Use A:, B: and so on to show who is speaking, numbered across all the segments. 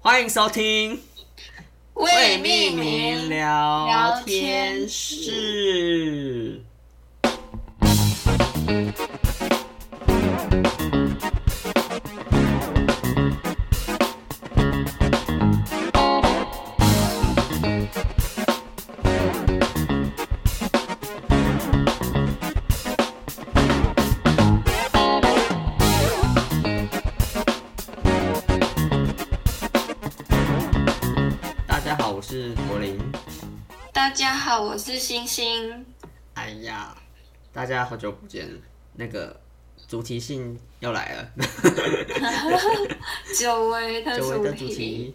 A: 欢迎收听
B: 未
A: 命
B: 命名
A: 聊
B: 聊天
A: 室。大家好，我是柏林。
B: 大家好，我是星星。
A: 哎呀，大家好久不见，那个主题性又来了，
B: 久违的
A: 久违
B: 主
A: 的主
B: 题，
A: 题。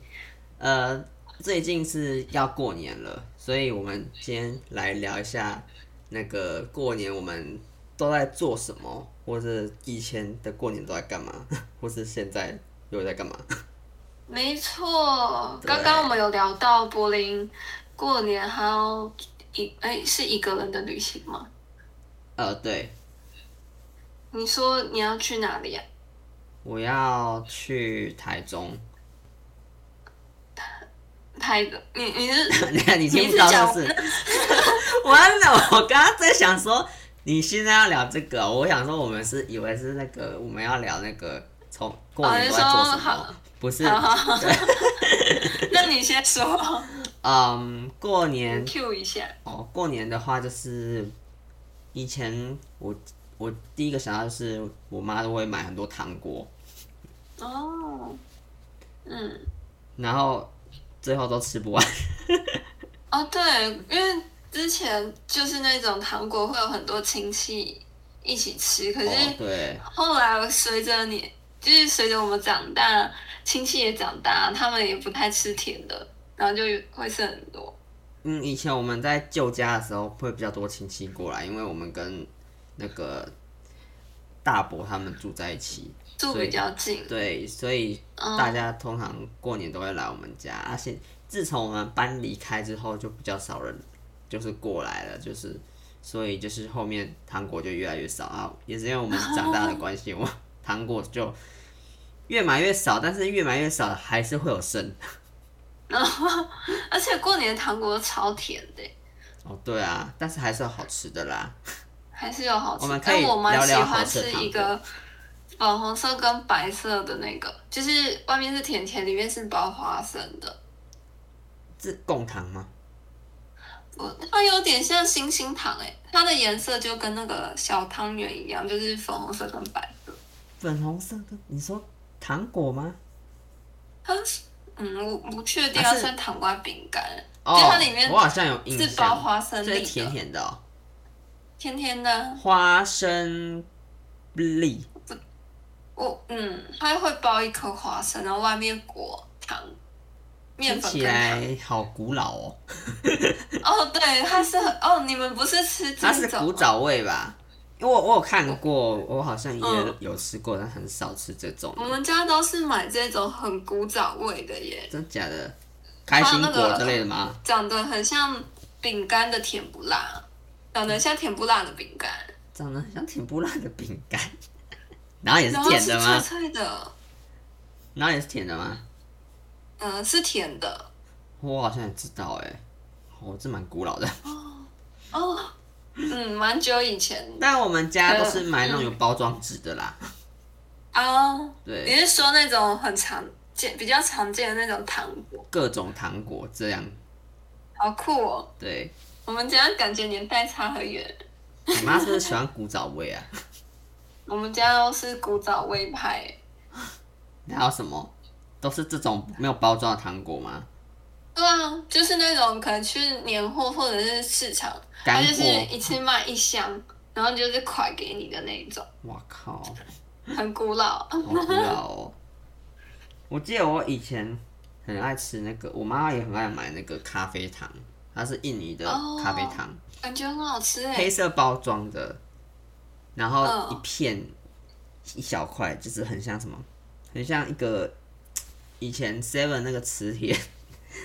A: 呃，最近是要过年了，所以我们今天来聊一下那个过年我们都在做什么，或者以前的过年都在干嘛， 或是现在又在干嘛。
B: 没错。
A: 对
B: 刚刚我们有聊到柏林过年还要一哎是一个人的旅行吗？
A: 呃，对，
B: 你说你要去哪里啊？
A: 我要去台中。
B: 台你你 是
A: 你看你听
B: 你
A: 不
B: 是
A: 到
B: 讲
A: 是不是？ 完了，我刚刚在想说，你现在要聊这个哦，我想说我们是以为是那个我们要聊那个从过年都
B: 哦你
A: 在
B: 说
A: 做什么
B: 好，
A: 不是？
B: 好好好 那你先说
A: 嗯，过年
B: ，Q 一下。
A: 哦，过年的话就是以前我我第一个想到就是我妈都会买很多糖果，
B: 哦，嗯，
A: 然后最后都吃不完。
B: 哦对，因为之前就是那种糖果会有很多亲戚一起吃，可是。
A: 哦，对，
B: 后来随着你，就是随着我们长大，亲戚也长大，他们也不太吃甜的，然后就会剩很多。
A: 嗯，以前我们在旧家的时候会比较多亲戚过来，因为我们跟那个大伯他们住在一起，
B: 住比较近，
A: 对，所以大
B: 嗯，
A: 家通常过年都会来我们家。而且自从我们搬离开之后，就比较少人就是过来了，就是所以就是后面糖果就越来越少啊，也是因为我们长大的关系，我糖果就越买越少，但是越买越少还是会有剩。
B: 然后而且过年的糖果都超甜的，
A: 哦，对啊，但是还是有好吃的啦。
B: 还是有好吃。
A: 我们可以
B: 但我蛮喜
A: 聊聊好
B: 欢
A: 吃的
B: 吃
A: 糖果
B: 一个粉红色跟白色的那个，就是外面是甜甜，里面是包花生的。
A: 这贡糖吗？
B: 我它有点像星星糖诶，它的颜色就跟那个小汤圆一样，就是粉红色跟白色。
A: 粉红色的，你说糖果吗？
B: 它是嗯，我不确定
A: 它
B: 它
A: 是
B: 算糖瓜饼干，就它里面
A: 哦我好像有印象，
B: 是包花生
A: 所
B: 粒
A: 以
B: 的，
A: 甜甜的哦，
B: 甜甜的。
A: 花生粒
B: 我嗯，它会包一颗花生，然后外面裹糖、面
A: 听
B: 粉
A: 起
B: 跟糖。
A: 来好古老哦，
B: 哦，对，它是很哦，你们不是吃
A: 它是
B: 这
A: 古
B: 种？
A: 早味吧？因为我我有看过，我好像也
B: 嗯
A: 有吃过，但很少吃这种
B: 我，们家都是买这种很古早味的耶，
A: 真假的？开心果之类的吗？
B: 长得很像饼干的甜不辣，长得像甜不辣的饼干，
A: 长得很像甜不辣的饼干， 然后也是
B: 然后
A: 甜
B: 是
A: 的
B: 脆
A: 吗？
B: 脆的，
A: 然后也是甜的吗？
B: 嗯、是甜的
A: 我好像也知道哎、哦，这蛮古老的。
B: 哦，嗯，蛮久以前的
A: 但我们家都是买那种有包装纸的啦。
B: 嗯啊。你
A: 对，
B: 是说那种很常见、比较常见的那种糖果？
A: 各种糖果这样。
B: 好酷哦！
A: 对，
B: 我们家感觉年代差很远，
A: 你妈是不是喜欢古早味啊？
B: 我们家都是古早味派。
A: 还有什么？都是这种没有包装的糖果吗？
B: 对啊，就是那种可能去年货或者是市场，它
A: 干
B: 就是
A: 货？
B: 一次卖一箱，然后就是快给你的那一种，
A: 我靠，好
B: 很古老。
A: 古老哦！我记得我以前很爱吃那个，我妈也很爱买那个咖啡糖，它是印尼的
B: 哦
A: 咖啡糖，
B: 感觉很好吃哎、
A: 黑色包装的，然后
B: 嗯
A: 一片一小块，就是很像什么，很像一个以前 Seven 那个磁铁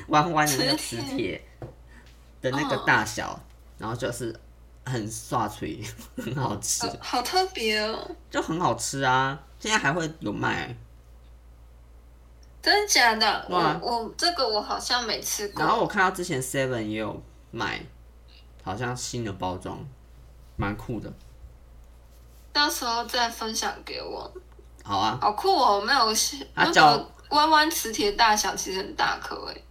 A: 弯弯的那个磁
B: 磁
A: 铁的那个
B: 嗯
A: 大小，然后就是很刷脆，很好吃，
B: 呃好特别哦！
A: 就很好吃啊！现在还会有卖，
B: 真的假的？我
A: 哇
B: 我这个我好像没吃过
A: 然。后我看到之前 Seven 也有卖，好像新的包装，蛮酷的。
B: 到时候再分享给我。
A: 好啊，
B: 好酷哦，没有
A: 啊
B: 那
A: 脚
B: 个弯弯磁铁大小其实很大颗欸诶，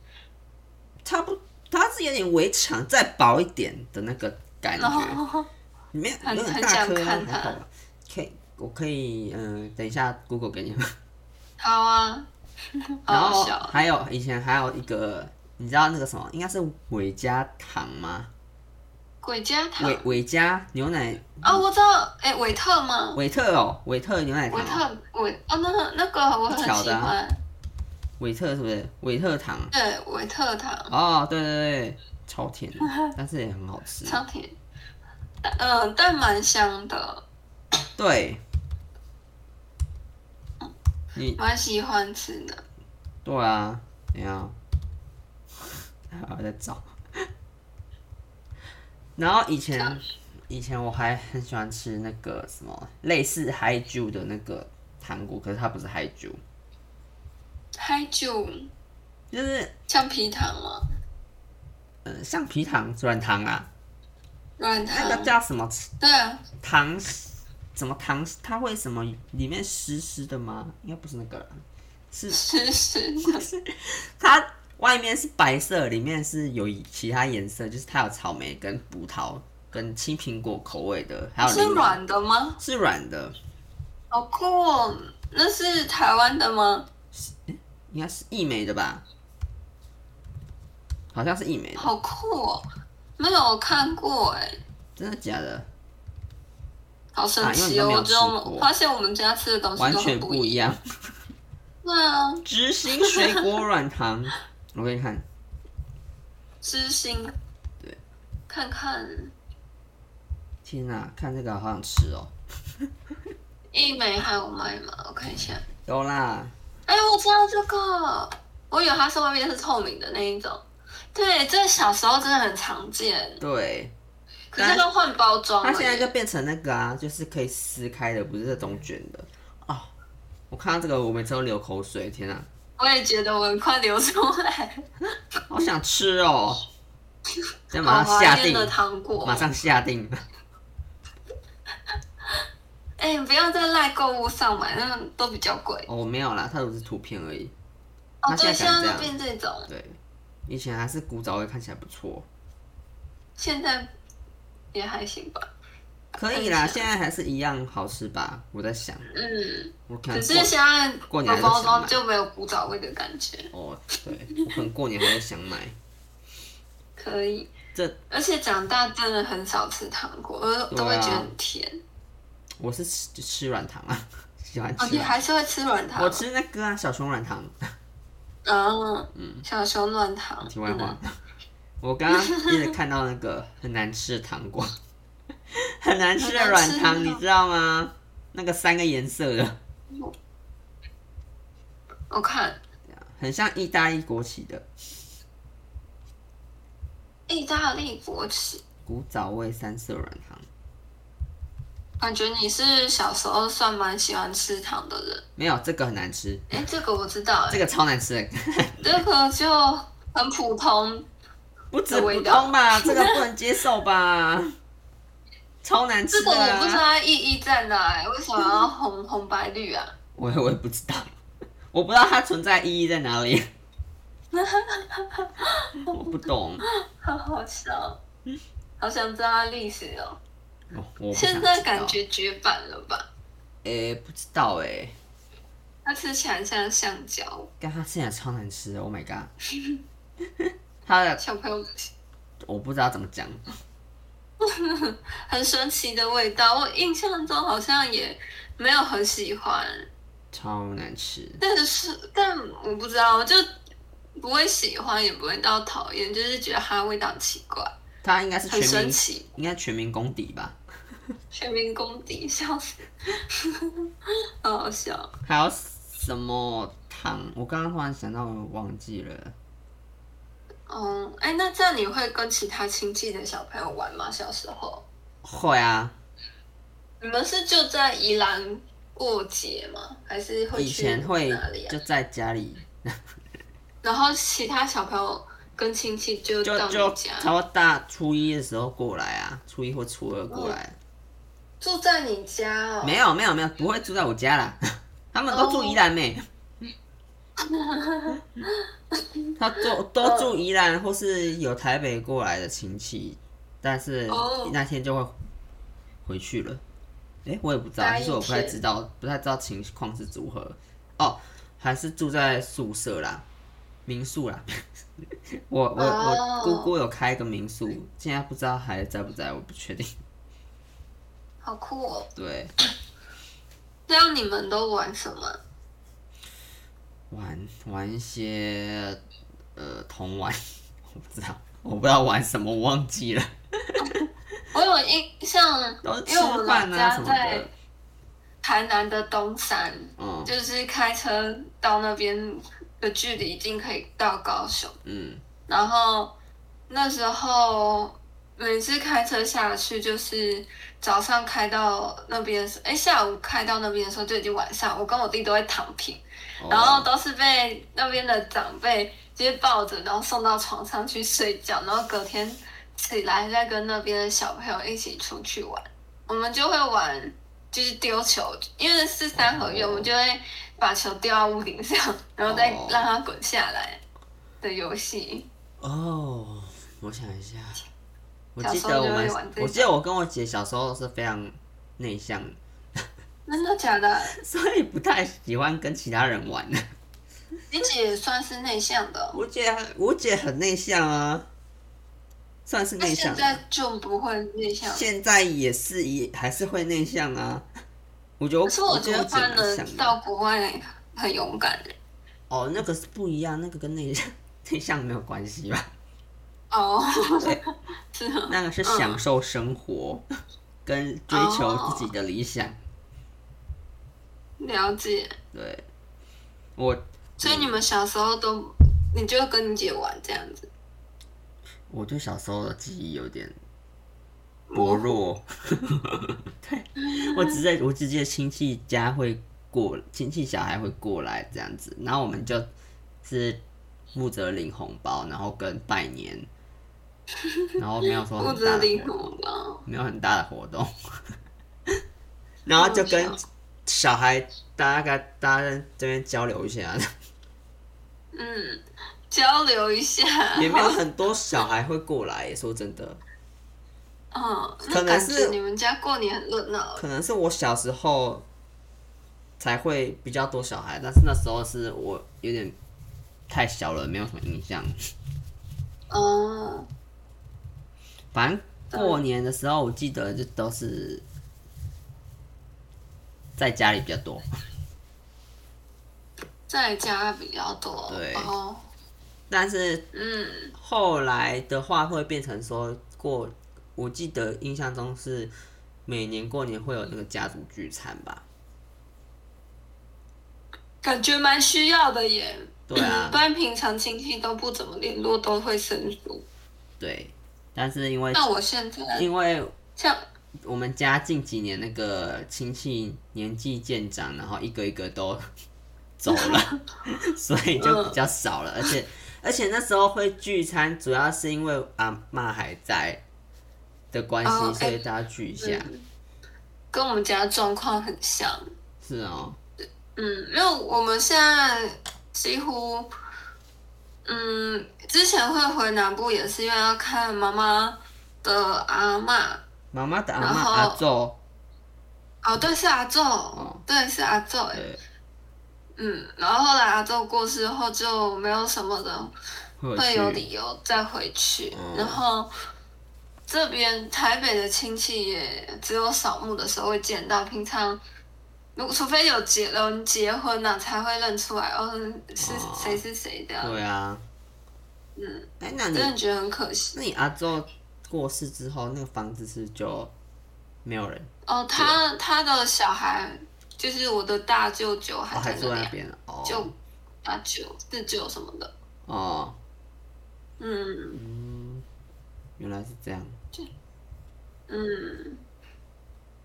A: 差不，它是有点围长，再薄一点的那个感 觉，
B: 然后
A: 没有
B: 很
A: 没有很
B: 哦很
A: 大
B: 想
A: 颗啊，
B: 看
A: 还
B: 它
A: 好吧。可以，我可以，嗯、等一下 Google 给你们。
B: 好啊，好
A: 然后
B: 好笑哦。
A: 还有以前还有一个，你知道那个什么，应该是伟家糖吗？
B: 鬼家糖
A: 伟伟家牛奶，
B: 啊、我知道，诶，韦特吗？
A: 伟特哦，伟特牛奶糖
B: 嗯韦
A: 哦、
B: 特韦哦，那个那个我很
A: 巧
B: 喜
A: 的啊
B: 欢，
A: 伟特是不是？伟特糖
B: 对，韦特糖
A: 哦，对对对，超 甜的，但是也很好吃。
B: 超甜，但嗯、但蛮香的，
A: 对，
B: 嗯
A: 你
B: 蛮喜欢吃的。
A: 对啊，你好，我在找。 然后以前以前我还很喜欢吃那个什么类似海酒的那个糖果，可是它不是海酒，
B: 嗨酒
A: 就是
B: 橡皮糖吗？
A: 呃橡皮糖软糖啊，
B: 软
A: 那个
B: 糖
A: 叫什么
B: 对啊，
A: 糖？什么糖？它会什么里面湿湿的吗？应该不是那个啦，是
B: 是是的，
A: 它外面是白色，里面是有其他颜色，就是它有草莓跟葡萄跟青苹果口味的，还有
B: 是
A: 柠檬
B: 软的吗？
A: 是软的，
B: 好酷哦！那是台湾的吗？
A: 应该是益美的吧？好像是益美的，
B: 好酷哦！没有看过哎、
A: 真的假的？
B: 好神奇
A: 啊因为你都
B: 哦！
A: 没有
B: 我只有
A: 吃过
B: 发现我们家吃的东西
A: 完
B: 都
A: 全
B: 很不
A: 不
B: 一样。
A: 一样。
B: 对啊，
A: 知心水果软 糖，我给你看，
B: 知心。
A: 对，
B: 看看
A: 天哪、看这个好想吃哦。
B: 一美还有卖吗？我看一下。
A: 有啦，
B: 哎、我知道这个，我以为它是外面是透明的那一种。对，这小时候真的很常见，
A: 对，
B: 可是都换包装
A: 它
B: 了
A: 现在
B: 耶。
A: 就变成那个啊，就是可以撕开的，不是这种卷的哦。我看到这个，我每次都流口水，天哪、
B: 我也觉得我很快流出来。
A: 好想吃 哦！再 马
B: 好
A: 上下
B: 怀念
A: 定，
B: 的糖果，
A: 马上下定。
B: 哎、不要在赖购物上买，那都比较贵。
A: 哦，没有啦，它只是图片而已。
B: 哦
A: 那，
B: 对，
A: 现
B: 现
A: 在
B: 在
A: 改
B: 都
A: 这样
B: 变这种，
A: 对，以前还是古早味，看起来不错，
B: 现在也还行吧。
A: 可以啦。现在还是一样好吃吧？我在想，
B: 嗯，
A: 我可
B: 可
A: 能
B: 是
A: 过
B: 现在
A: 过年还
B: 有
A: 是
B: 包
A: 想
B: 装
A: 买
B: 就没有古早味的感觉，
A: 哦，对，我可能过年还是想买。
B: 可以。
A: 这
B: 而且长大真的很少吃糖果，而
A: 对啊
B: 都会觉得很甜。
A: 我是吃吃软糖啊， 喜欢
B: 哦，
A: 吃
B: 你
A: 软糖。
B: 还是会吃软糖？
A: 我吃那个啊，小熊软糖。
B: 啊，小熊软糖。
A: 嗯题外话
B: 嗯，
A: 我刚刚一直看到那个很难吃的糖 果，很难吃的
B: 很
A: 软
B: 难吃
A: 糖，
B: 的
A: 你知道吗？那个三个颜色的，
B: 我看
A: 很像意大利国旗的
B: 意大利国旗，
A: 古早味三色软糖。
B: 感觉你是小时候算蛮喜欢吃糖的人。
A: 没有，这个很难吃，
B: 哎、这个我知道、
A: 这
B: 哎，
A: 个超难吃的，
B: 这个就很普通，
A: 不止
B: 的
A: 普
B: 味道
A: 通吧，这个不能接受吧，超难
B: 这
A: 吃
B: 个
A: 的、
B: 我不知道
A: 啊。
B: 它意义在哪、欸，为什么要红红白绿啊？
A: 我我也不知道，我不知道它存在意义在哪 里，我不懂。
B: 好好笑，好想知道它历史哦。
A: 哦我不想
B: 现在
A: 知道
B: 感，觉绝版了吧？
A: 诶、不知道欸诶、
B: 它吃起来像橡胶，
A: 但它吃起来超难吃的，Oh my god！它的
B: 小朋友
A: 我不知道怎么讲，
B: 很神奇的味道，我印象中好像也没有很喜欢，
A: 超难吃。
B: 但是但我不知道，我就不会喜欢，也不会到讨厌，就是觉得它味道很奇怪，
A: 它应该是
B: 很
A: 全
B: 神
A: 民，
B: 奇，
A: 应该全民公敌吧？
B: 全民公敌，笑死， 好好笑。
A: 还有什么糖？我刚刚突然想到，我忘记了。
B: 嗯，哎，那这样你会跟其他亲戚的小朋友玩吗？小时候，
A: 会啊，
B: 你们是就在宜兰过节吗？还是会
A: 以
B: 去
A: 前会
B: 哪里啊
A: 就？在家里
B: 然后其他小朋友跟亲戚就
A: 就
B: 到
A: 就
B: 你家，
A: 差不多大初一的时候过来啊，初一或初二过
B: 哦
A: 来。
B: 住在你家哦。
A: 没有没有没有，不会住在我家啦， 他们都住宜兰妹。
B: 哦
A: 他都都住宜兰，或是有台北过来的亲戚，但是
B: 哦
A: 那天就会回去了。哎、我也不知道，
B: 待
A: 其实我不
B: 一
A: 太
B: 天
A: 知道，不太知道情况是如何。哦，还是住在宿舍啦，民宿啦。 我我我
B: 哦
A: 姑姑有开一个民宿，现在不知道还在不在，我不确定。
B: 好酷哦！
A: 对，
B: 那你们都玩什么？
A: 玩玩一些呃童玩，我不知道，我不知道玩什么，我忘记了，
B: 我有印象
A: 都是，
B: 因为我
A: 吃
B: 们老
A: 饭啊
B: 家
A: 什么
B: 在
A: 的。
B: 台南的东山，
A: 嗯
B: 就是开车到那边的距离已经可以到高雄。
A: 嗯，
B: 然后那时候每次开车下去，就是早上开到那边的时候，哎，下午开到那边的时候就已经晚上，我跟我弟都会躺平，
A: 哦
B: 然后都是被那边的长辈直接抱着，然后送到床上去睡觉，然后隔天起来再跟那边的小朋友一起出去玩。我们就会玩，就是丢球，因为是三合院，
A: 哦
B: 我们就会把球丢到屋顶上，然后再
A: 哦
B: 让它滚下来的游戏。
A: 哦，我想一下，我
B: 小
A: 记
B: 时
A: 得
B: 候
A: 我
B: 就会
A: 们
B: 玩，这
A: 我记得我跟我姐小时候是非常内向的，
B: 真的假的？
A: 所以不太喜欢跟其他人玩。
B: 哦你姐也算是内向的哦，
A: 我姐我姐很内向啊，算是
B: 那
A: 内
B: 现
A: 向，
B: 在就不会内向。
A: 现在也是也还是会内向啊。 我觉得
B: 可是我
A: 觉
B: 觉
A: 得
B: 得
A: 我姐
B: 她
A: 蛮像的
B: 能到国外很勇敢欸耶
A: 哦，那个是不一样，那个跟内向 内向没有关系吧？
B: 哦
A: 对，
B: 是啊
A: 那个是享受生活，跟追
B: 哦
A: 求自己的理想。
B: 了解。
A: 对，我
B: 所以
A: 嗯
B: 你们小时候都，你就跟你姐玩这样子，
A: 我对小时候的记忆有点薄弱， 对我只在我只记得亲戚家会过，亲戚小孩会过来这样子，然后我们就是负责领红包，然后跟拜年，然后没有说
B: 不
A: 哦很
B: 知
A: 大
B: 领
A: 的活动。
B: 红包。
A: 没有很大的活动， 然后就跟小孩大概大家在这边交流一下，
B: 嗯，交流一下。
A: 也没有很多小孩会过来。说真的，
B: 嗯，
A: 可
B: 那
A: 能
B: 感
A: 是
B: 觉你们家过年很热闹。欸
A: 可能是我小时候才会比较多小孩，但是那时候是我有点太小了，没有什么印象。
B: 嗯，
A: 反正过年的时候，我记得就都是在家里比较多。
B: 在家比较多。
A: 对
B: 哦，
A: 但是
B: 嗯，
A: 后来的话会变成说过，我记得印象中是每年过年会有那个家族聚餐 吧？
B: 感觉蛮需要的耶。
A: 对啊
B: 不，然平常亲戚都不怎么联络，都会生疏。
A: 对。但是因为
B: 那我现在
A: 因为
B: 像
A: 我们家近几年那个亲戚年纪渐长，然后一个一个都走 了，所以就比较少
B: 嗯
A: 了。而且而且那时候会聚餐，主要是因为阿妈还在的关系，
B: 哦
A: 所以
B: 哎嗯
A: 大家聚一下。
B: 跟我们家状况很像，
A: 是哦，
B: 嗯，因为我们现在几乎，嗯，之前会回南部也是因为要看妈妈的阿嬷。
A: 妈妈的阿
B: 然
A: 妈
B: 后
A: 阿昼，
B: 哦，对，是阿昼，
A: 哦
B: 对，是阿昼，哎
A: 对，
B: 嗯，然后后来阿昼过世后就没有什么人
A: 会
B: 会
A: 去
B: 有理由再回去。
A: 嗯
B: 然后这边台北的亲戚也只有扫墓的时候会见到，平常如除非有结有人结婚了、才会认出来哦是
A: 哦
B: 谁是谁这样。
A: 对啊，
B: 嗯，
A: 哎、那
B: 真的
A: 你
B: 觉得很可惜
A: 那你阿周过世之后，那个房子是就没有人，
B: 哦。
A: 啊
B: 他他的小孩就是我的大舅舅
A: 哦，还
B: 还在
A: 住
B: 那
A: 在
B: 里
A: 那
B: 啊，
A: 边哦，
B: 舅大舅四舅什么的，
A: 哦，
B: 嗯
A: 嗯，原来是这样，
B: 嗯，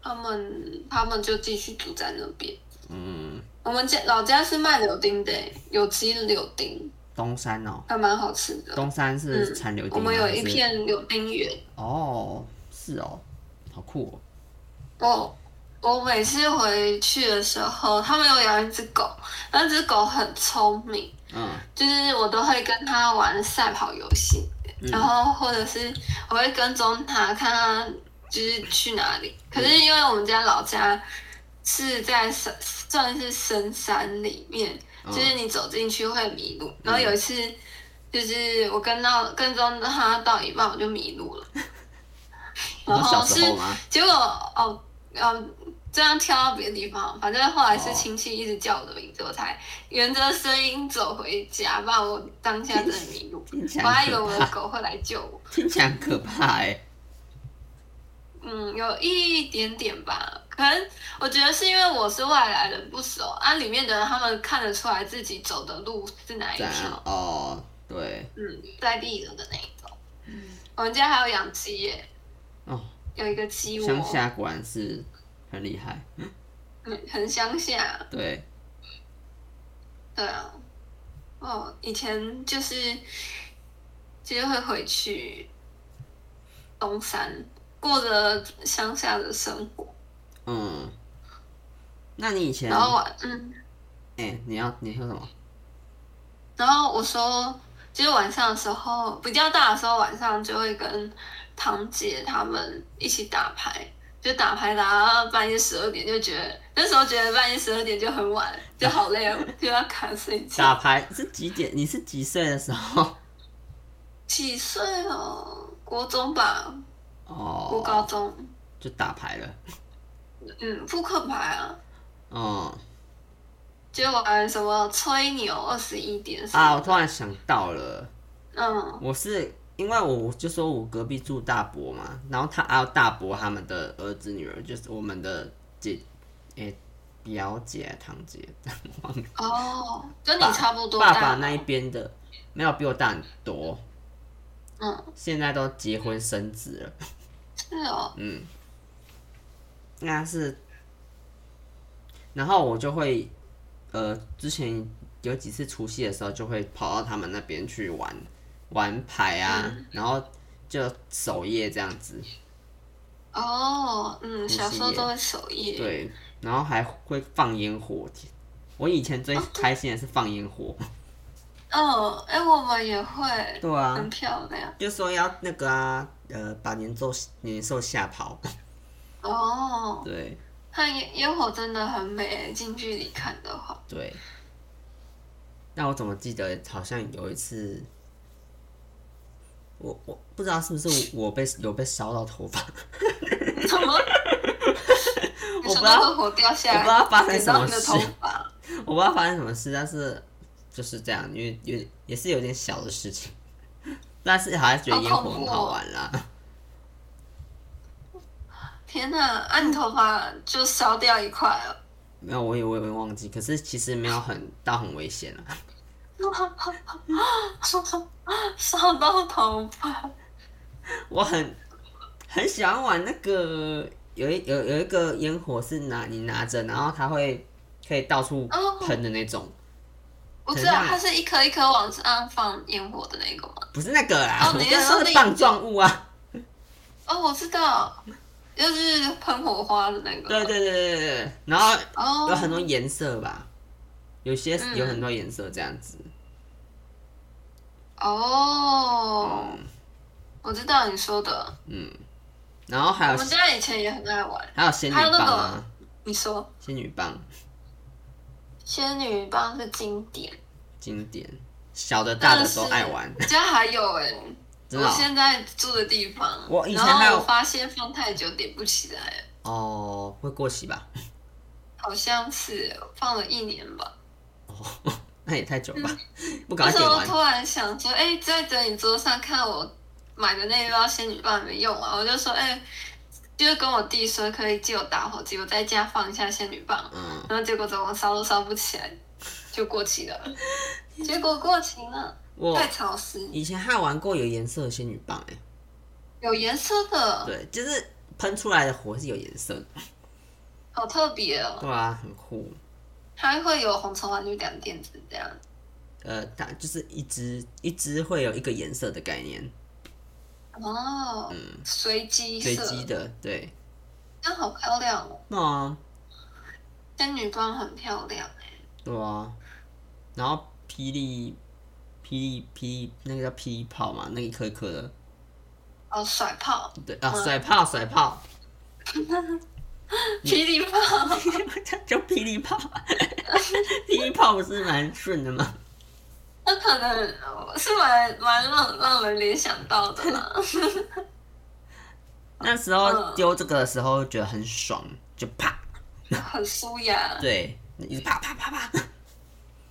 B: 他们他们就继续住在那边。
A: 嗯，
B: 我们家老家是卖柳丁的欸，有机柳丁，
A: 东山哦，
B: 还蛮好吃的。
A: 东山是产柳丁啊
B: 嗯我
A: 吗、
B: 们有一
A: 还是
B: 片柳丁园，
A: 哦，是哦，好酷哦，
B: 我哦我每次回去的时候，他们有养一只狗，那只狗很聪明，
A: 嗯
B: 就是我都会跟它玩赛跑游戏，然后或者是我会跟踪它，看它就是去哪里。可是因为我们家老家是在深，算是深山里面，就是你走进去会迷路。然后有一次，就是我跟到跟踪它到一半，我就迷路了。
A: 我
B: 然后
A: 小
B: 是
A: 时候吗？
B: 结果哦哦，这样跳到别的地方，反正后来是
A: 哦
B: 亲戚一直叫我的名字，我才沿着声音走回家，不然我当下真的迷 路，
A: 听起
B: 我还
A: 来
B: 以为
A: 很
B: 我
A: 可
B: 的
A: 怕，
B: 狗会来救我。
A: 听起来很可怕哎、
B: 嗯，有一点点吧，可能我觉得是因为我是外来人不熟啊，里面的人他们看得出来自己走的路是哪一
A: 这样
B: 条，
A: 哦，对，
B: 嗯，在地人的那一种。
A: 嗯
B: 我们家还有养鸡耶，
A: 哦，
B: 有一哦个鸡窝
A: 乡，下果然是很厉害，
B: 嗯，很乡下。
A: 对，
B: 对啊，哦，以前就是就是会回去东山，过着乡下的生活，
A: 嗯，那你以前
B: 然
A: 哎
B: 后、晚嗯，
A: 你要你说什 么？
B: 然后我说，就是晚上的时候比较大的时候，晚上就会跟堂姐他们一起打牌。就打牌打到半夜十二点，就觉得那时候觉得半夜十二点就很晚，就好累哦，就要赶睡
A: 打
B: 觉。
A: 牌是几点？你是几岁的时 候？
B: 几岁哦？国中吧，国高
A: 哦，
B: 中。
A: 就打牌了，
B: 嗯，扑克牌啊，
A: 嗯
B: 就玩什么吹牛二十一点什
A: 啊，
B: 么
A: 我突然想到了。
B: 嗯
A: 我是因为我就说我隔壁住大伯嘛，然后他还有大伯他们的儿子女儿，就是我们的姐，诶、表姐啊堂姐，忘了
B: 哦，跟你差不多
A: 爸
B: 大啊
A: 爸那一边的没有比我大很多，
B: 嗯
A: 现在都结婚生子了，
B: 是哦，
A: 嗯，那是，然后我就会，呃，之前有几次除夕的时候就会跑到他们那边去玩玩牌啊，然后就守夜这样子，
B: 哦嗯，
A: 是
B: 小时候
A: 耶
B: 都会守夜，
A: 对，然后还会放烟火。天我以前最开心的是放烟火，
B: 嗯，哎、我们也会，
A: 对啊
B: 很，漂亮
A: 就说要那个啊，呃，把年兽年兽吓跑，
B: 哦，
A: 对
B: 看烟烟火真的很美，欸近距离看的话，
A: 对。那我怎么记得好像有一次，我我不知道是不是我被有被烧到头发，
B: 怎么？你
A: 我不
B: 说
A: 知道
B: 那个火掉下
A: 我不知道发
B: 来，
A: 生
B: 点
A: 什
B: 到
A: 么
B: 你的
A: 事
B: 头发，
A: 我不知道发生什么事，但是就是这样，因为有也是有点小的事情，但是还是觉得烟
B: 好
A: 火
B: 恐怖
A: 很
B: 哦
A: 好玩啦。
B: 天哪、啊，你头发就烧掉一块哦了。
A: 没有，我也我也忘记，可是其实没有很到很危险啊。
B: 烧到头发，
A: 我很很喜欢玩那个有一有有一个烟火是拿你拿着，然后它会可以到处
B: 哦
A: 喷的那种，
B: 我知道它是一颗一颗往上放烟火的那个吗？
A: 不是那个啦，
B: 哦
A: 我
B: 你是
A: 刚刚
B: 说
A: 说
B: 那
A: 是棒状物啊。
B: 哦，我知道，就是喷火花的那个。
A: 对。对对对对对，然后
B: 哦，
A: 有很多颜色吧，有些
B: 嗯
A: 有很多颜色这样子。
B: 哦，
A: 嗯
B: 我知道你说的。
A: 嗯，然后还
B: 我
A: 有
B: 们家以前也很爱玩。
A: 还有仙女
B: 还有那
A: 棒啊，
B: 你说
A: 仙女棒
B: 仙女棒是经典，
A: 经典，小的大的
B: 但是
A: 都爱玩，
B: 我家还有 哎、
A: 真的
B: 我
A: 哦。
B: 现在住的地方，
A: 我以前还有
B: 然后我发现放太久点不起来，
A: 哦，会过期吧？
B: 好像是放了一年吧。
A: 哦， 那也太久了吧，不赶快
B: 嗯那时
A: 点
B: 候
A: 完
B: 突然想说，哎、在整理桌上看我买的那一包仙女棒还没用完，我就说，哎、就是跟我弟说可以借我打火机，我在家放一下仙女棒，
A: 嗯，
B: 然后结果怎么烧都烧不起来，就过期了。 结果过期了，
A: 我
B: 太潮湿，
A: 以前还玩过有颜色的仙女棒、欸，
B: 有颜色的，
A: 对，就是喷出来的火是有颜色的，
B: 好特别哦。
A: 对啊，很酷。
B: 它会有红橙黄绿两靛紫这样。
A: 呃，它就是一只一只会有一个颜色的概念，
B: 哦，随机
A: 嗯随
B: 色，
A: 机的，对。
B: 这样好漂亮哦，
A: 那、啊、
B: 仙女棒很漂亮。
A: 对啊，然后霹雳霹雳霹雳那个叫霹雳炮嘛，那一颗一颗的，
B: 哦，甩炮，
A: 对啊，甩炮甩炮， 嗯
B: 霹雳炮，
A: 叫霹雳炮，霹雳炮不是蛮顺的吗？
B: 那可能是蛮蛮让让人联想到的啦。
A: 那时
B: 嗯
A: 候丢这个的时候觉得很爽，就啪，
B: 很舒雅。
A: 对，一直啪啪啪啪，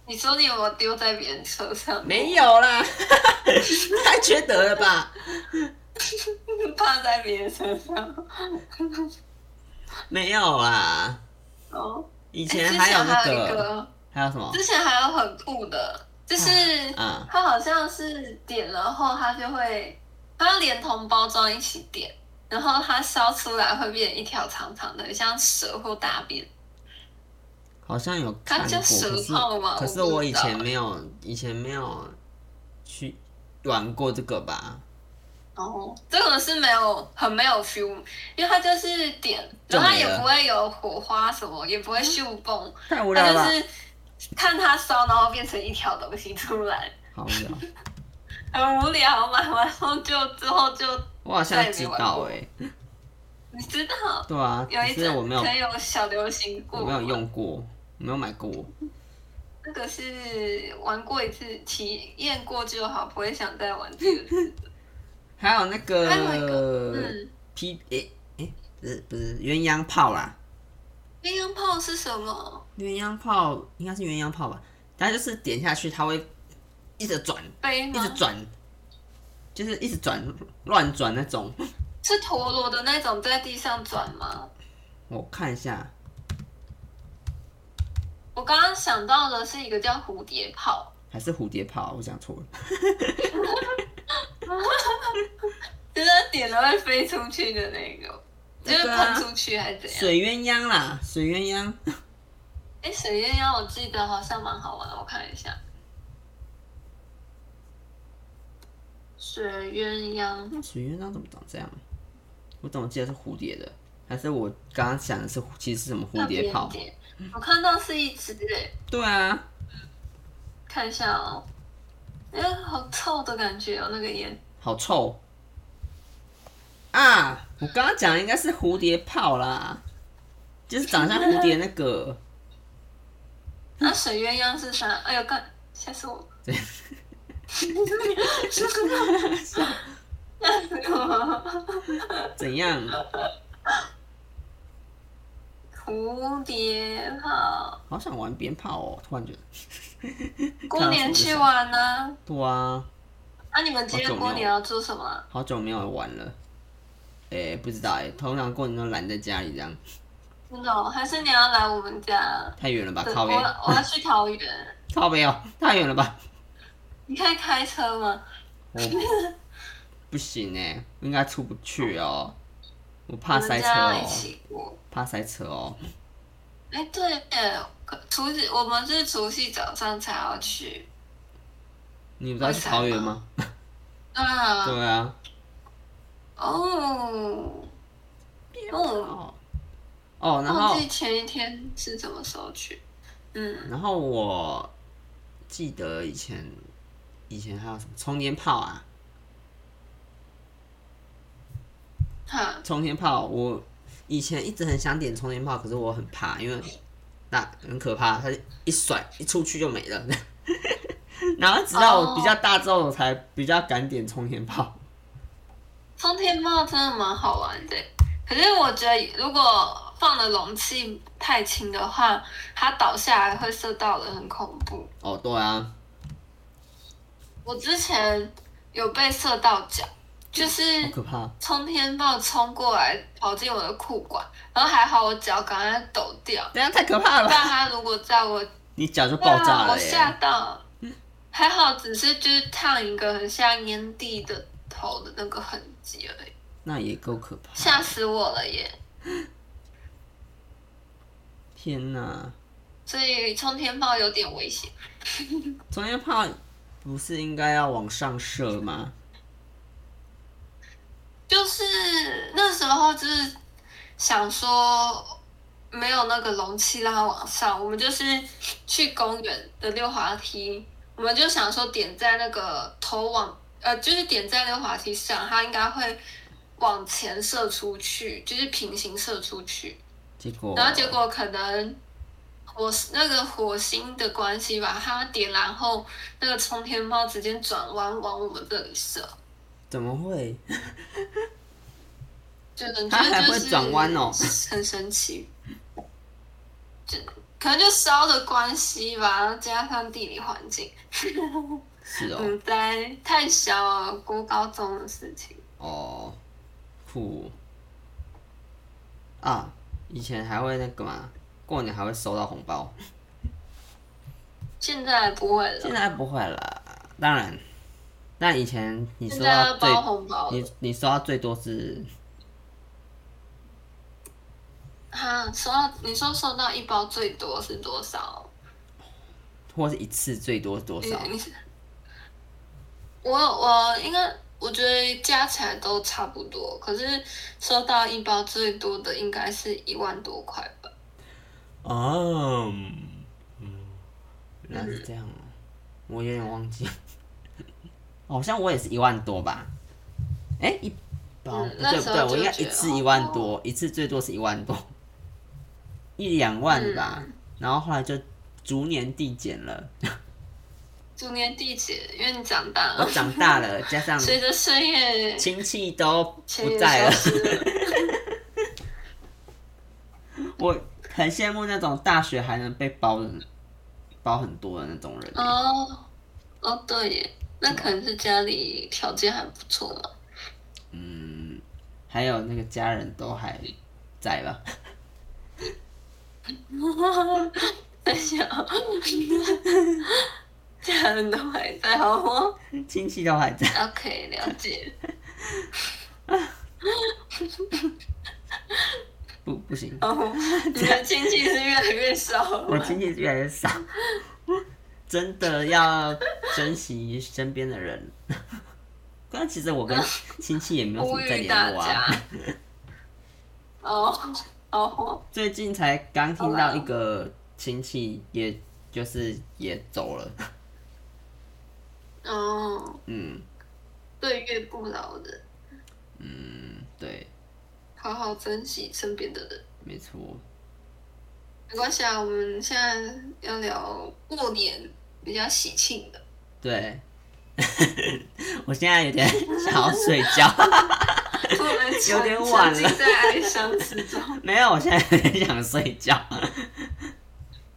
B: 你说你有没有丢在别人车上？
A: 没有啦， 太缺德了吧？
B: 趴在别人车上。
A: 没有啦，
B: 哦，
A: 以
B: 以
A: 前还有那
B: 还有一
A: 个，
B: 个，
A: 还有什么？
B: 之前还有很酷的，就是
A: 嗯，
B: 它好像是点了后，它就会，它连同包装一起点，然后它烧出来会变一条长长的，像蛇或大便。
A: 好像有看过，
B: 它叫
A: 可
B: 蛇
A: 是
B: 炮吗？
A: 可是
B: 我不
A: 我
B: 知
A: 以
B: 道
A: 前没有，以前没有去玩过这个吧？
B: 哦，这个是没有很没有 feel，因为它就是点，
A: 就
B: 然后它
A: 没
B: 也
A: 了
B: 不会有火花什么，也不会秀蹦，
A: 太 无
B: 它啊就是看它烧，然后变成一条东西出来，
A: 好无聊，
B: 很无聊。买完后就之后就
A: 我好像知
B: 再也没玩
A: 道
B: 过
A: 哎、
B: 你知道，
A: 对啊，
B: 有
A: 只
B: 一
A: 是我
B: 阵
A: 没有
B: 可，能有小流行过，
A: 我没有，用过，没有买过。
B: 这个是玩过一次，体验过就好，不会想再玩这 个。
A: 还有那个
B: 还有一个嗯，
A: P 诶诶，不是不是鸳鸯炮啦，
B: 鸳鸯炮是什么？
A: 鸳鸯炮应该是鸳鸯炮吧？它就是点下去，它会一直转，
B: 飞
A: 一直
B: 吗？
A: 转，就是一直转乱转那种。
B: 是陀螺的那种在地上转吗？
A: 我看一下，
B: 我刚刚想到的是一个叫蝴蝶炮，
A: 还是蝴蝶炮，我讲错了。
B: 就是点了会飞出去的那个，就是
A: 对啊
B: 喷出去还是怎样？
A: 水鸳鸯啦，水鸳鸯，
B: 哎、水鸳鸯我记得好像蛮好玩的，我看一下。水鸳鸯，
A: 那水鸳鸯怎么长这样？我怎么记得是蝴蝶的？还是我刚刚想的是其实是什么蝴蝶炮
B: 那？边点，我看到是一只哎、
A: 对啊，
B: 看一下哦。哎、好臭的感觉哦，那个烟。
A: 好臭啊！我刚刚讲的应该是蝴蝶炮啦，就是长得像蝴蝶那 个。
B: 那、水鸳鸯是啥？哎呦，干，吓死我！
A: 对，
B: 吓死我！
A: 怎样？
B: 蝴蝶炮，
A: 好想玩鞭炮哦！突然觉得，
B: 过年去玩呢、啊。
A: 对啊，
B: 你们今天过年要做什么啊？
A: 好久没有玩了。诶、不知道诶、通常过年都懒在家里这样，
B: 真的哦、还是你要来我们家？
A: 太远了吧？
B: 对
A: 靠
B: 我
A: 边，
B: 要我要去桃园，
A: 靠边哦，太远了吧？
B: 你可以开车吗？
A: 我 不行哎、应该出不去哦，我怕
B: 我
A: 塞
B: 们
A: 车
B: 家要一
A: 哦，
B: 起过。
A: 怕塞车哦。
B: 哎、对耶，可除夕我们是除夕早上才要去。
A: 你不知道去桃园吗？
B: 啊，
A: 对啊，
B: 哦，哦，
A: 哦哦，然
B: 忘
A: 后
B: 记前一天是什么时候去。嗯，
A: 然后我记得以前以前还有什么冲天炮啊，
B: 哈，
A: 冲天炮，我以前一直很想点冲天炮，可是我很怕，因为那很可怕，它一甩一出去就没了。 然后直到我比较大之后，我才比较敢点冲天炮。
B: 冲天炮真的蛮好玩的，可是我觉得如果放的容器太轻的话，它倒下来会射到人，很恐怖。
A: 哦，对啊，
B: 我之前有被射到脚，就是
A: 好可怕。
B: 冲天炮冲过来跑进我的裤管，然后还好我脚赶快抖掉，
A: 等一下太可怕了
B: 不然
A: 吧！
B: 它如果在我
A: 你脚就爆炸
B: 对啊我
A: 了耶！
B: 吓到，还好只是就是烫一个很像烟蒂的头的那个痕迹而已，
A: 那也够可怕。
B: 吓死我了耶！
A: 天哪！
B: 所以冲天炮有点危险。
A: 中间炮不是应该要往上射吗？
B: 就是那时候就是想说没有那个容器让它往上，我们就是去公园的溜滑梯，我们就想说点在那个头往呃，就是点在溜滑梯上，它应该会往前射出去，就是平行射出去。
A: 结果，
B: 然后结果可能火那个火星的关系吧，它点燃后那个冲天炮直接转弯往我们这里射，
A: 怎么会？
B: 就感
A: 它还
B: 觉就
A: 会
B: 是
A: 转弯哦
B: 很神奇。就可能就烧的关系吧，加上地理环境，
A: 是哦，
B: 嗯，在太小了，国高中的事情。
A: 哦，酷啊！以前还会那个嘛，过年还会收到红包，
B: 现在不会了
A: 现，在不会了。当然，但以前你
B: 现
A: 收
B: 在要
A: 到最
B: 包红包了
A: 你你收到最多是
B: 哈，收到你说收到一包最多是多少？
A: 或是一次最多多
B: 你
A: 少？
B: 你是我我应该我觉得加起来都差不多，可是收到一包最多的应该是一万多块吧。
A: 哦，嗯，原来是这样哦，我有点忘记， 好像我也是一万多吧？哎、一包、
B: 嗯
A: 不
B: 那
A: 对不
B: 时
A: 对，
B: 候
A: 我应该
B: 就
A: 一
B: 觉得哦
A: 次一万多，一次最多是一万多，一两万吧。
B: 嗯
A: 然后后来就逐年递减 了，
B: 中年地姐，因为你长大
A: 我
B: 了，
A: 长大了，加上
B: 随着岁月
A: 亲戚都
B: 钱
A: 不
B: 也
A: 在
B: 消
A: 了，
B: 失了。
A: 我很羡慕那种大学还能被包的包很多的那种人。
B: 哦哦，对耶，那可能是家里条件还不错嘛。
A: 嗯，还有那个家人都还在吧？
B: 在想，家人都还在，好吗
A: 亲戚都还在。
B: ？OK，了解。
A: 不，不行，
B: 哦，你的亲戚是越来越少 了
A: 我
B: 吗。
A: 亲戚越来越少，真的要珍惜身边的人。 但其实我跟亲戚也没有什
B: 呼
A: 么在
B: 吁大
A: 联络啊。
B: 家。哦哦，
A: 最近才刚听到一个亲戚，也就是也走了。
B: 哦，
A: 嗯
B: 岁月不饶人，
A: 嗯，对，
B: 好好珍惜身边的人。
A: 没错。
B: 没关系啊，我们现在要聊过年比较喜庆的。
A: 对， 我现在有点想要睡觉。
B: 我们
A: 有点晚了
B: 沉浸在哀伤之中。
A: 没有，我现在有点想睡觉。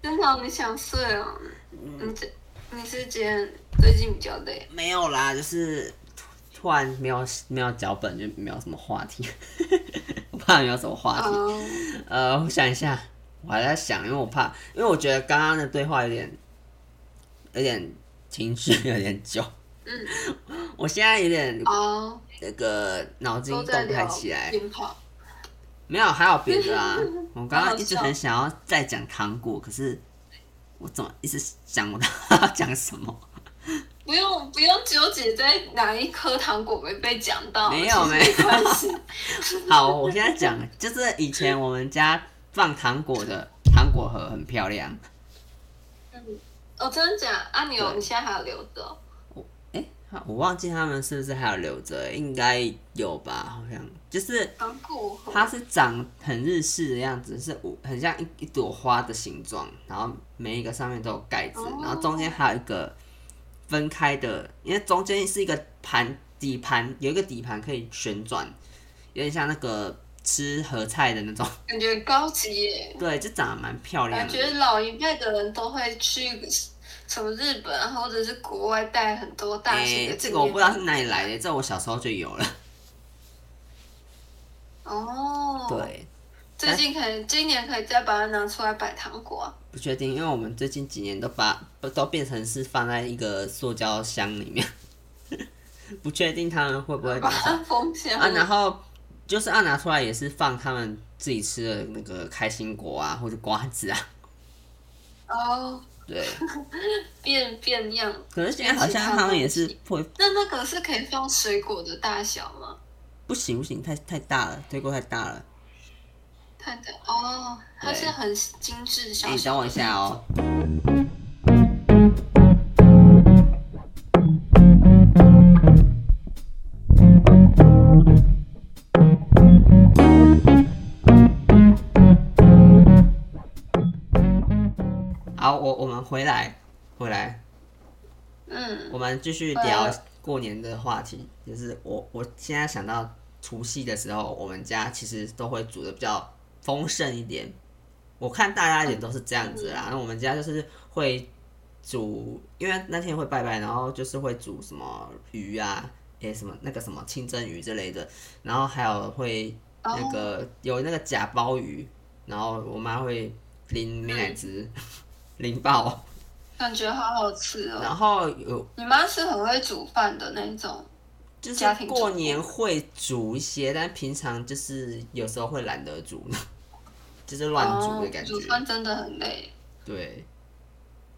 B: 真的，你想睡哦？
A: 嗯
B: 你这你是今天最近比较累？
A: 没有啦，就是突突然没有没有脚本，就没有什么话题。 嗯我怕没有什么话题。
B: 哦，
A: 呃，我想一下，我还在想，因为我怕，因为我觉得刚刚的对话有点有点情 绪有点久。嗯，我现在有点
B: 哦，
A: 那个脑筋
B: 都
A: 动
B: 在聊
A: 不起来，
B: 鞭炮。
A: 没有，还有别的 啊。我刚刚一直
B: 好好笑
A: 很想要再讲糖果，可是我怎么一直想我到底要讲什么？
B: 不用不用纠结在哪一颗糖果没被讲到，
A: 没有
B: 其实没关系。
A: 好，我现在讲，就是以前我们家放糖果的糖果盒很漂亮。
B: 哦，真的假的？啊，你有
A: 对
B: 你现在还有留着哦？
A: 哎、我忘记他们是不是还有留着，应该有吧？好像就是
B: 糖果盒
A: 它是长很日式的样子，是五很像一一朵花的形状，然后每一个上面都有盖子
B: 哦，
A: 然后中间还有一个分开的，因为中间是一个盘底盘，有一个底盘可以旋转，有点像那个吃盒菜的那种。
B: 感觉高级耶，
A: 对，就长得蛮漂亮
B: 感
A: 的。
B: 觉老一辈的人都会去什么日本啊或者是国外带很多大型
A: 哎、
B: 的、
A: 这个我不知道是。哪里来的，这我小时候就有了。
B: 哦，，
A: 对，
B: 最近可以今年可以再把它拿出来摆糖 果、啊。
A: 不确定，因为我们最近几年都把都变成是放在一个塑胶箱里面， 不确定他们会不会拿
B: 把
A: 上
B: 它封起来。
A: 啊。然后就是按拿出来也是放他们自己吃的那个开心果啊，或者瓜子啊。
B: 哦，
A: 啊对，
B: 变变样。
A: 可是现在好 像他们也是会
B: 那那个是可以放水果的大小吗？
A: 不行不行，太太大了，推锅太大了。
B: 太大哦，它是很精致小
A: 哎、你
B: 小
A: 等
B: 的
A: 我一下哦。哦好，我我们回来，回来，
B: 嗯，
A: 我们继续聊
B: 呃
A: 过年的话题。就是我我现在想到除夕的时候，我们家其实都会煮的比较丰盛一点。我看大家也都是这样子啦，那我们家就是会煮，因为那天会拜拜，然后就是会煮什么鱼啊，诶、什么那个什么清蒸鱼之类的，然后还有会
B: 哦
A: 那个、有那个假鲍鱼，然后我妈会淋美乃滋， 淋爆，
B: 感觉好好吃哦。
A: 然后有
B: 你妈是很会煮饭的那种，
A: 就是
B: 家庭主妇
A: 过年会煮一些，但平常就是有时候会懒得煮， 就是乱煮的感觉。
B: 哦煮饭真的很累。
A: 对，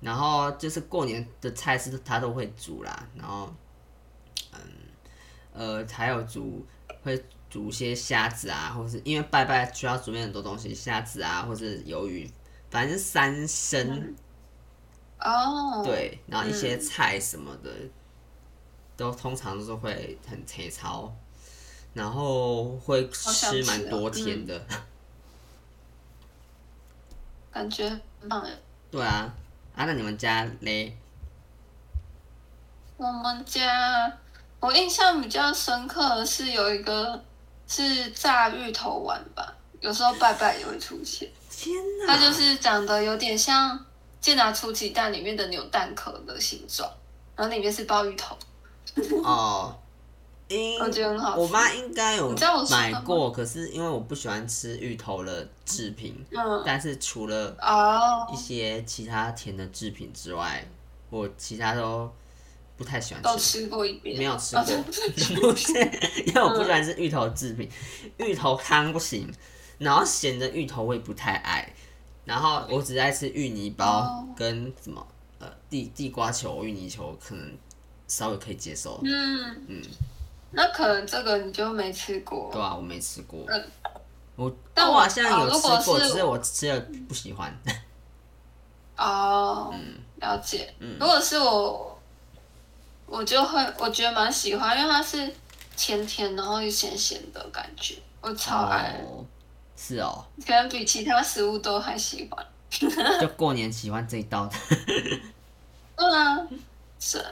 A: 然后就是过年的菜是他都会煮啦，然后，嗯，呃，还有煮会煮一些虾子啊，或是因为拜拜需要准备很多东西，虾子啊，或是鱿鱼，反正三生、
B: 哦，，
A: 对，然后一些菜什么的，都通常都是会很切操，然后会
B: 好想
A: 吃蛮
B: 吃哦
A: 多天的，
B: 感觉很棒耶。
A: 对啊，啊，那你们家嘞？
B: 我们家，我印象比较深刻的是有一个是炸芋头丸吧，有时候拜拜也会出现。
A: 天哪！
B: 它就是长得有点像健达出奇蛋里面的扭蛋壳的形状，然后里面是鲍鱼头，
A: 哦，应
B: 我觉得很好吃
A: 我妈应该有
B: 你知道我说
A: 买
B: 的吗
A: 过，可是因为我不喜欢吃芋头的制品，
B: 嗯，
A: 但是除了一
B: 哦，
A: 些其他甜的制品之外，我其他都不太喜
B: 都
A: 欢吃。
B: 吃过一遍，
A: 没有吃过
B: 哦真的
A: 不是，因为我
B: 嗯
A: 不喜欢吃芋头制品，芋头汤不行，然后咸的芋头我也不太爱，然后我只爱吃芋泥包
B: 哦
A: 跟什么呃地地瓜球、芋泥球，可能稍微可以接受，
B: 嗯
A: 嗯
B: 嗯，那可能这个你就没吃过，
A: 对啊，我没吃过。
B: 嗯
A: 我哦
B: 但
A: 我
B: 我
A: 好像有
B: 啊
A: 吃
B: 如果
A: 过，
B: 是嗯
A: 只是我吃了不喜欢。
B: 哦，
A: 嗯
B: 了解。
A: 嗯
B: 如果是我，我就会我觉得蛮喜欢，因为它是甜甜然后又咸咸的感觉，我超爱，
A: 哦，是哦，
B: 可能比其他食物都还喜欢。
A: 就过年喜欢这一道。
B: 对啊，是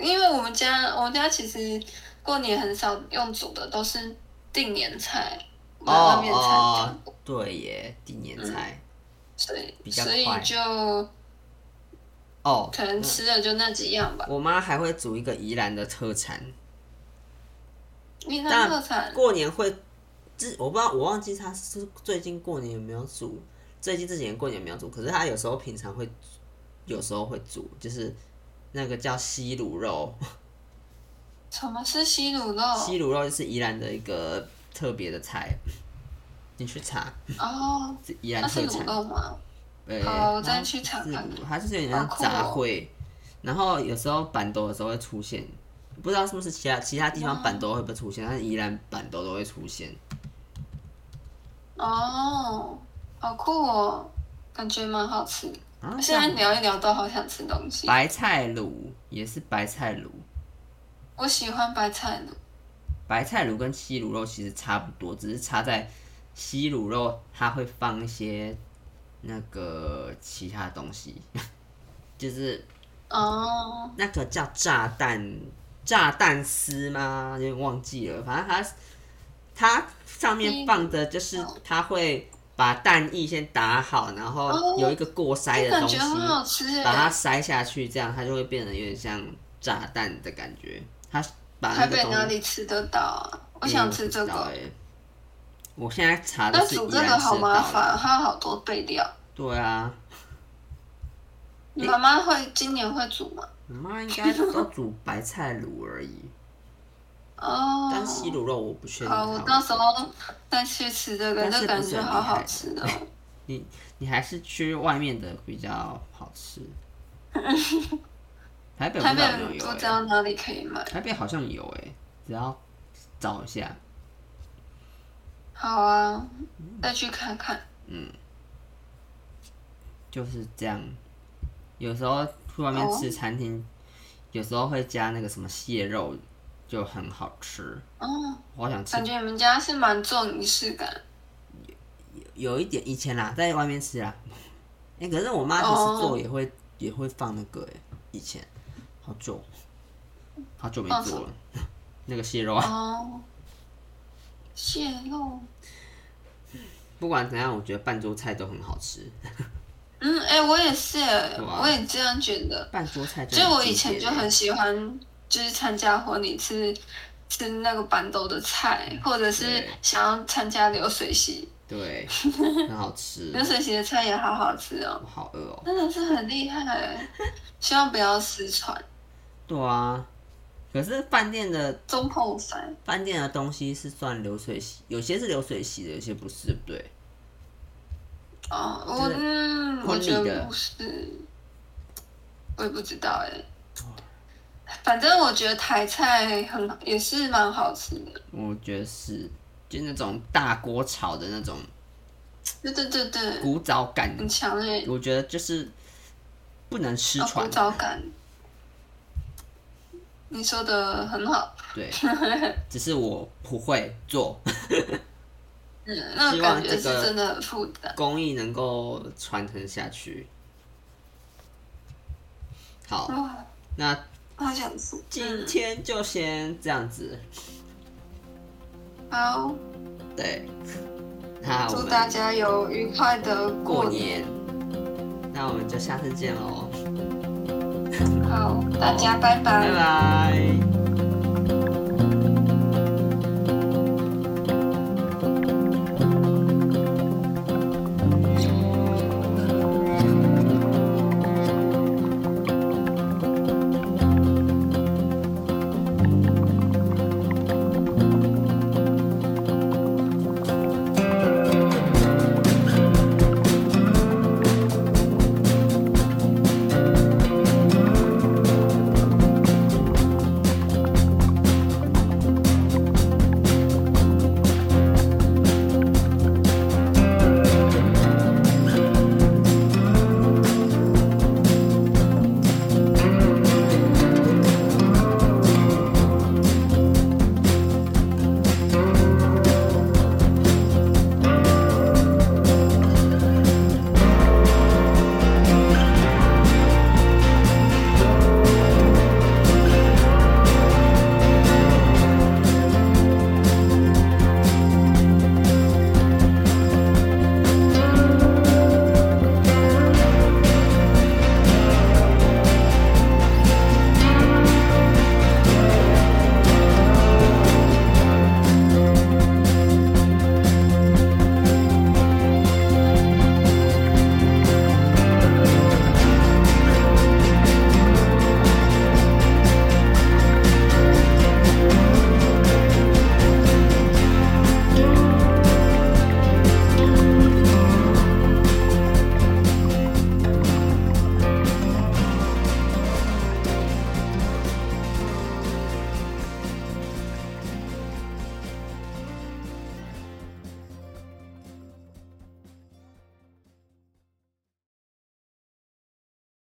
B: 因为我们家我们家其实过年很少用煮的，都是订年菜、买外面菜这
A: 哦
B: 样，
A: 哦，对耶，地年菜。
B: 嗯所以
A: 比较
B: 所以
A: 快
B: 就
A: 哦，
B: 可能吃的就那几样吧。
A: 我妈还会煮一个宜兰的特产，
B: 云
A: 但
B: 南特产
A: 过年会，之我不知道，我忘记她是最近过年有没有煮，最近这几年过年有没有煮，可是她有时候平常会，有时候会煮，就是那个叫西卤肉，
B: 什么是西卤
A: 西
B: 肉？
A: 卤肉就是宜兰的一个特别的菜，你去查
B: 哦，
A: 是宜兰
B: 那
A: 特
B: 是卤
A: 产。
B: 肉吗？
A: 对，
B: 好我再
A: 它
B: 去查
A: 是
B: 看看
A: 它就是有点
B: 好
A: 像
B: 酷
A: 杂
B: 哦
A: 烩，然后有时候板豆的时候会出现，不知道是不是其他其他地
B: 嗯
A: 方板豆会不会出现，但是宜兰板豆都会出现。
B: 哦，好酷哦，感觉蛮好吃。
A: 啊，
B: 现在
A: 像
B: 聊一聊都好想吃东西。
A: 白菜卤也是白菜卤，
B: 我喜欢白菜卤，
A: 白菜卤跟西卤肉其实差不多，只是差在西卤肉它会放一些那个其他东西， 就是
B: 哦，
A: 那个叫炸弹炸弹丝吗？有点忘记了，反正它它上面放的就是它会把蛋液先打好，然后
B: 哦
A: 有一个过筛的
B: 这感
A: 东西
B: 觉，很好吃耶，
A: 把它筛下去，这样它就会变得有点像炸弹的感觉。它把那
B: 台
A: 个
B: 北
A: 东
B: 哪
A: 西，
B: 里吃得到啊？我
A: 嗯
B: 想吃这
A: 不知道
B: 个。
A: 欸我现在查的
B: 那
A: 是
B: 煮
A: 宜
B: 这
A: 兰
B: 个好
A: 吃
B: 麻
A: 到
B: 烦，
A: 的，欸
B: 它有好多备料。
A: 对啊，
B: 你妈妈会今年会煮吗？
A: 我妈应该都煮白菜卤而已，
B: 哦，
A: 但西卤肉我不确定
B: 好，
A: 它有没
B: 我
A: 有。
B: 到时候再去吃这个，
A: 但是
B: 这感
A: 不是
B: 觉
A: 很厉
B: 好好
A: 害
B: 吃哦。
A: 你你你还是去外面的比较好 吃。台北我
B: 台
A: 不知
B: 北
A: 道有没有
B: 不知
A: 欸
B: 道哪里可以买。
A: 台北好像有哎、只要找一下。
B: 好啊，
A: 嗯
B: 再去看看。
A: 就是这样。有时候去外面吃餐厅有时候会加那个什么蟹肉，就很好吃。
B: 哦，
A: 我好想吃
B: 感，觉你们家是蛮重仪式感。
A: 有一点以前啦，在外面吃啦。 哎、可是我妈其
B: 哦
A: 实做也会、也会放那个哎、以前好久好久没
B: 放什
A: 做
B: 么
A: 了。 那个蟹肉啊，
B: 哦，蟹肉。
A: 不管怎样，我觉得半桌菜都很好吃。
B: 嗯，哎、我也是、哎
A: 对啊
B: 我也这样觉得。
A: 半桌菜
B: 就
A: 很
B: 我
A: 经
B: 以前
A: 典
B: 就
A: 欸
B: 很喜欢，就是参加婚礼吃吃那个板豆的菜，或者是
A: 嗯对
B: 想要参加流水席，
A: 对，很好吃
B: 流。水席的菜也好好吃哦，
A: 我好饿哦。
B: 真的是很厉害欸，希望不要失传。
A: 对啊，可是饭店的
B: 中后饭
A: 饭店的东西是算流水席，有些是流水席的，有些不是，对不对。
B: 哦，我
A: 就是
B: 嗯，我
A: 婚礼
B: 觉得
A: 的
B: 不是，我也不知道哎，
A: 哦
B: 反正我觉得台菜很也是蛮好吃的，
A: 我觉得是，就那种大锅炒的那种
B: 对对对对，
A: 古早感，
B: 很强烈，
A: 我觉得就是不能失
B: 有哦古
A: 传。
B: 早感。你说的很好，
A: 对，只是我不会做，
B: 嗯，那
A: 希
B: 感
A: 望
B: 觉
A: 这
B: 是
A: 个
B: 真的很复杂。
A: 工艺能够传承下去。好，
B: 哇，
A: 那
B: 好想吃。
A: 今
B: 哦嗯，
A: 天就先这样子。
B: 好，
A: 对，那我
B: 祝
A: 们
B: 大家有愉快的
A: 过
B: 过年。
A: 年，那我们就下次见喽，
B: 好，大家拜拜
A: 拜。拜。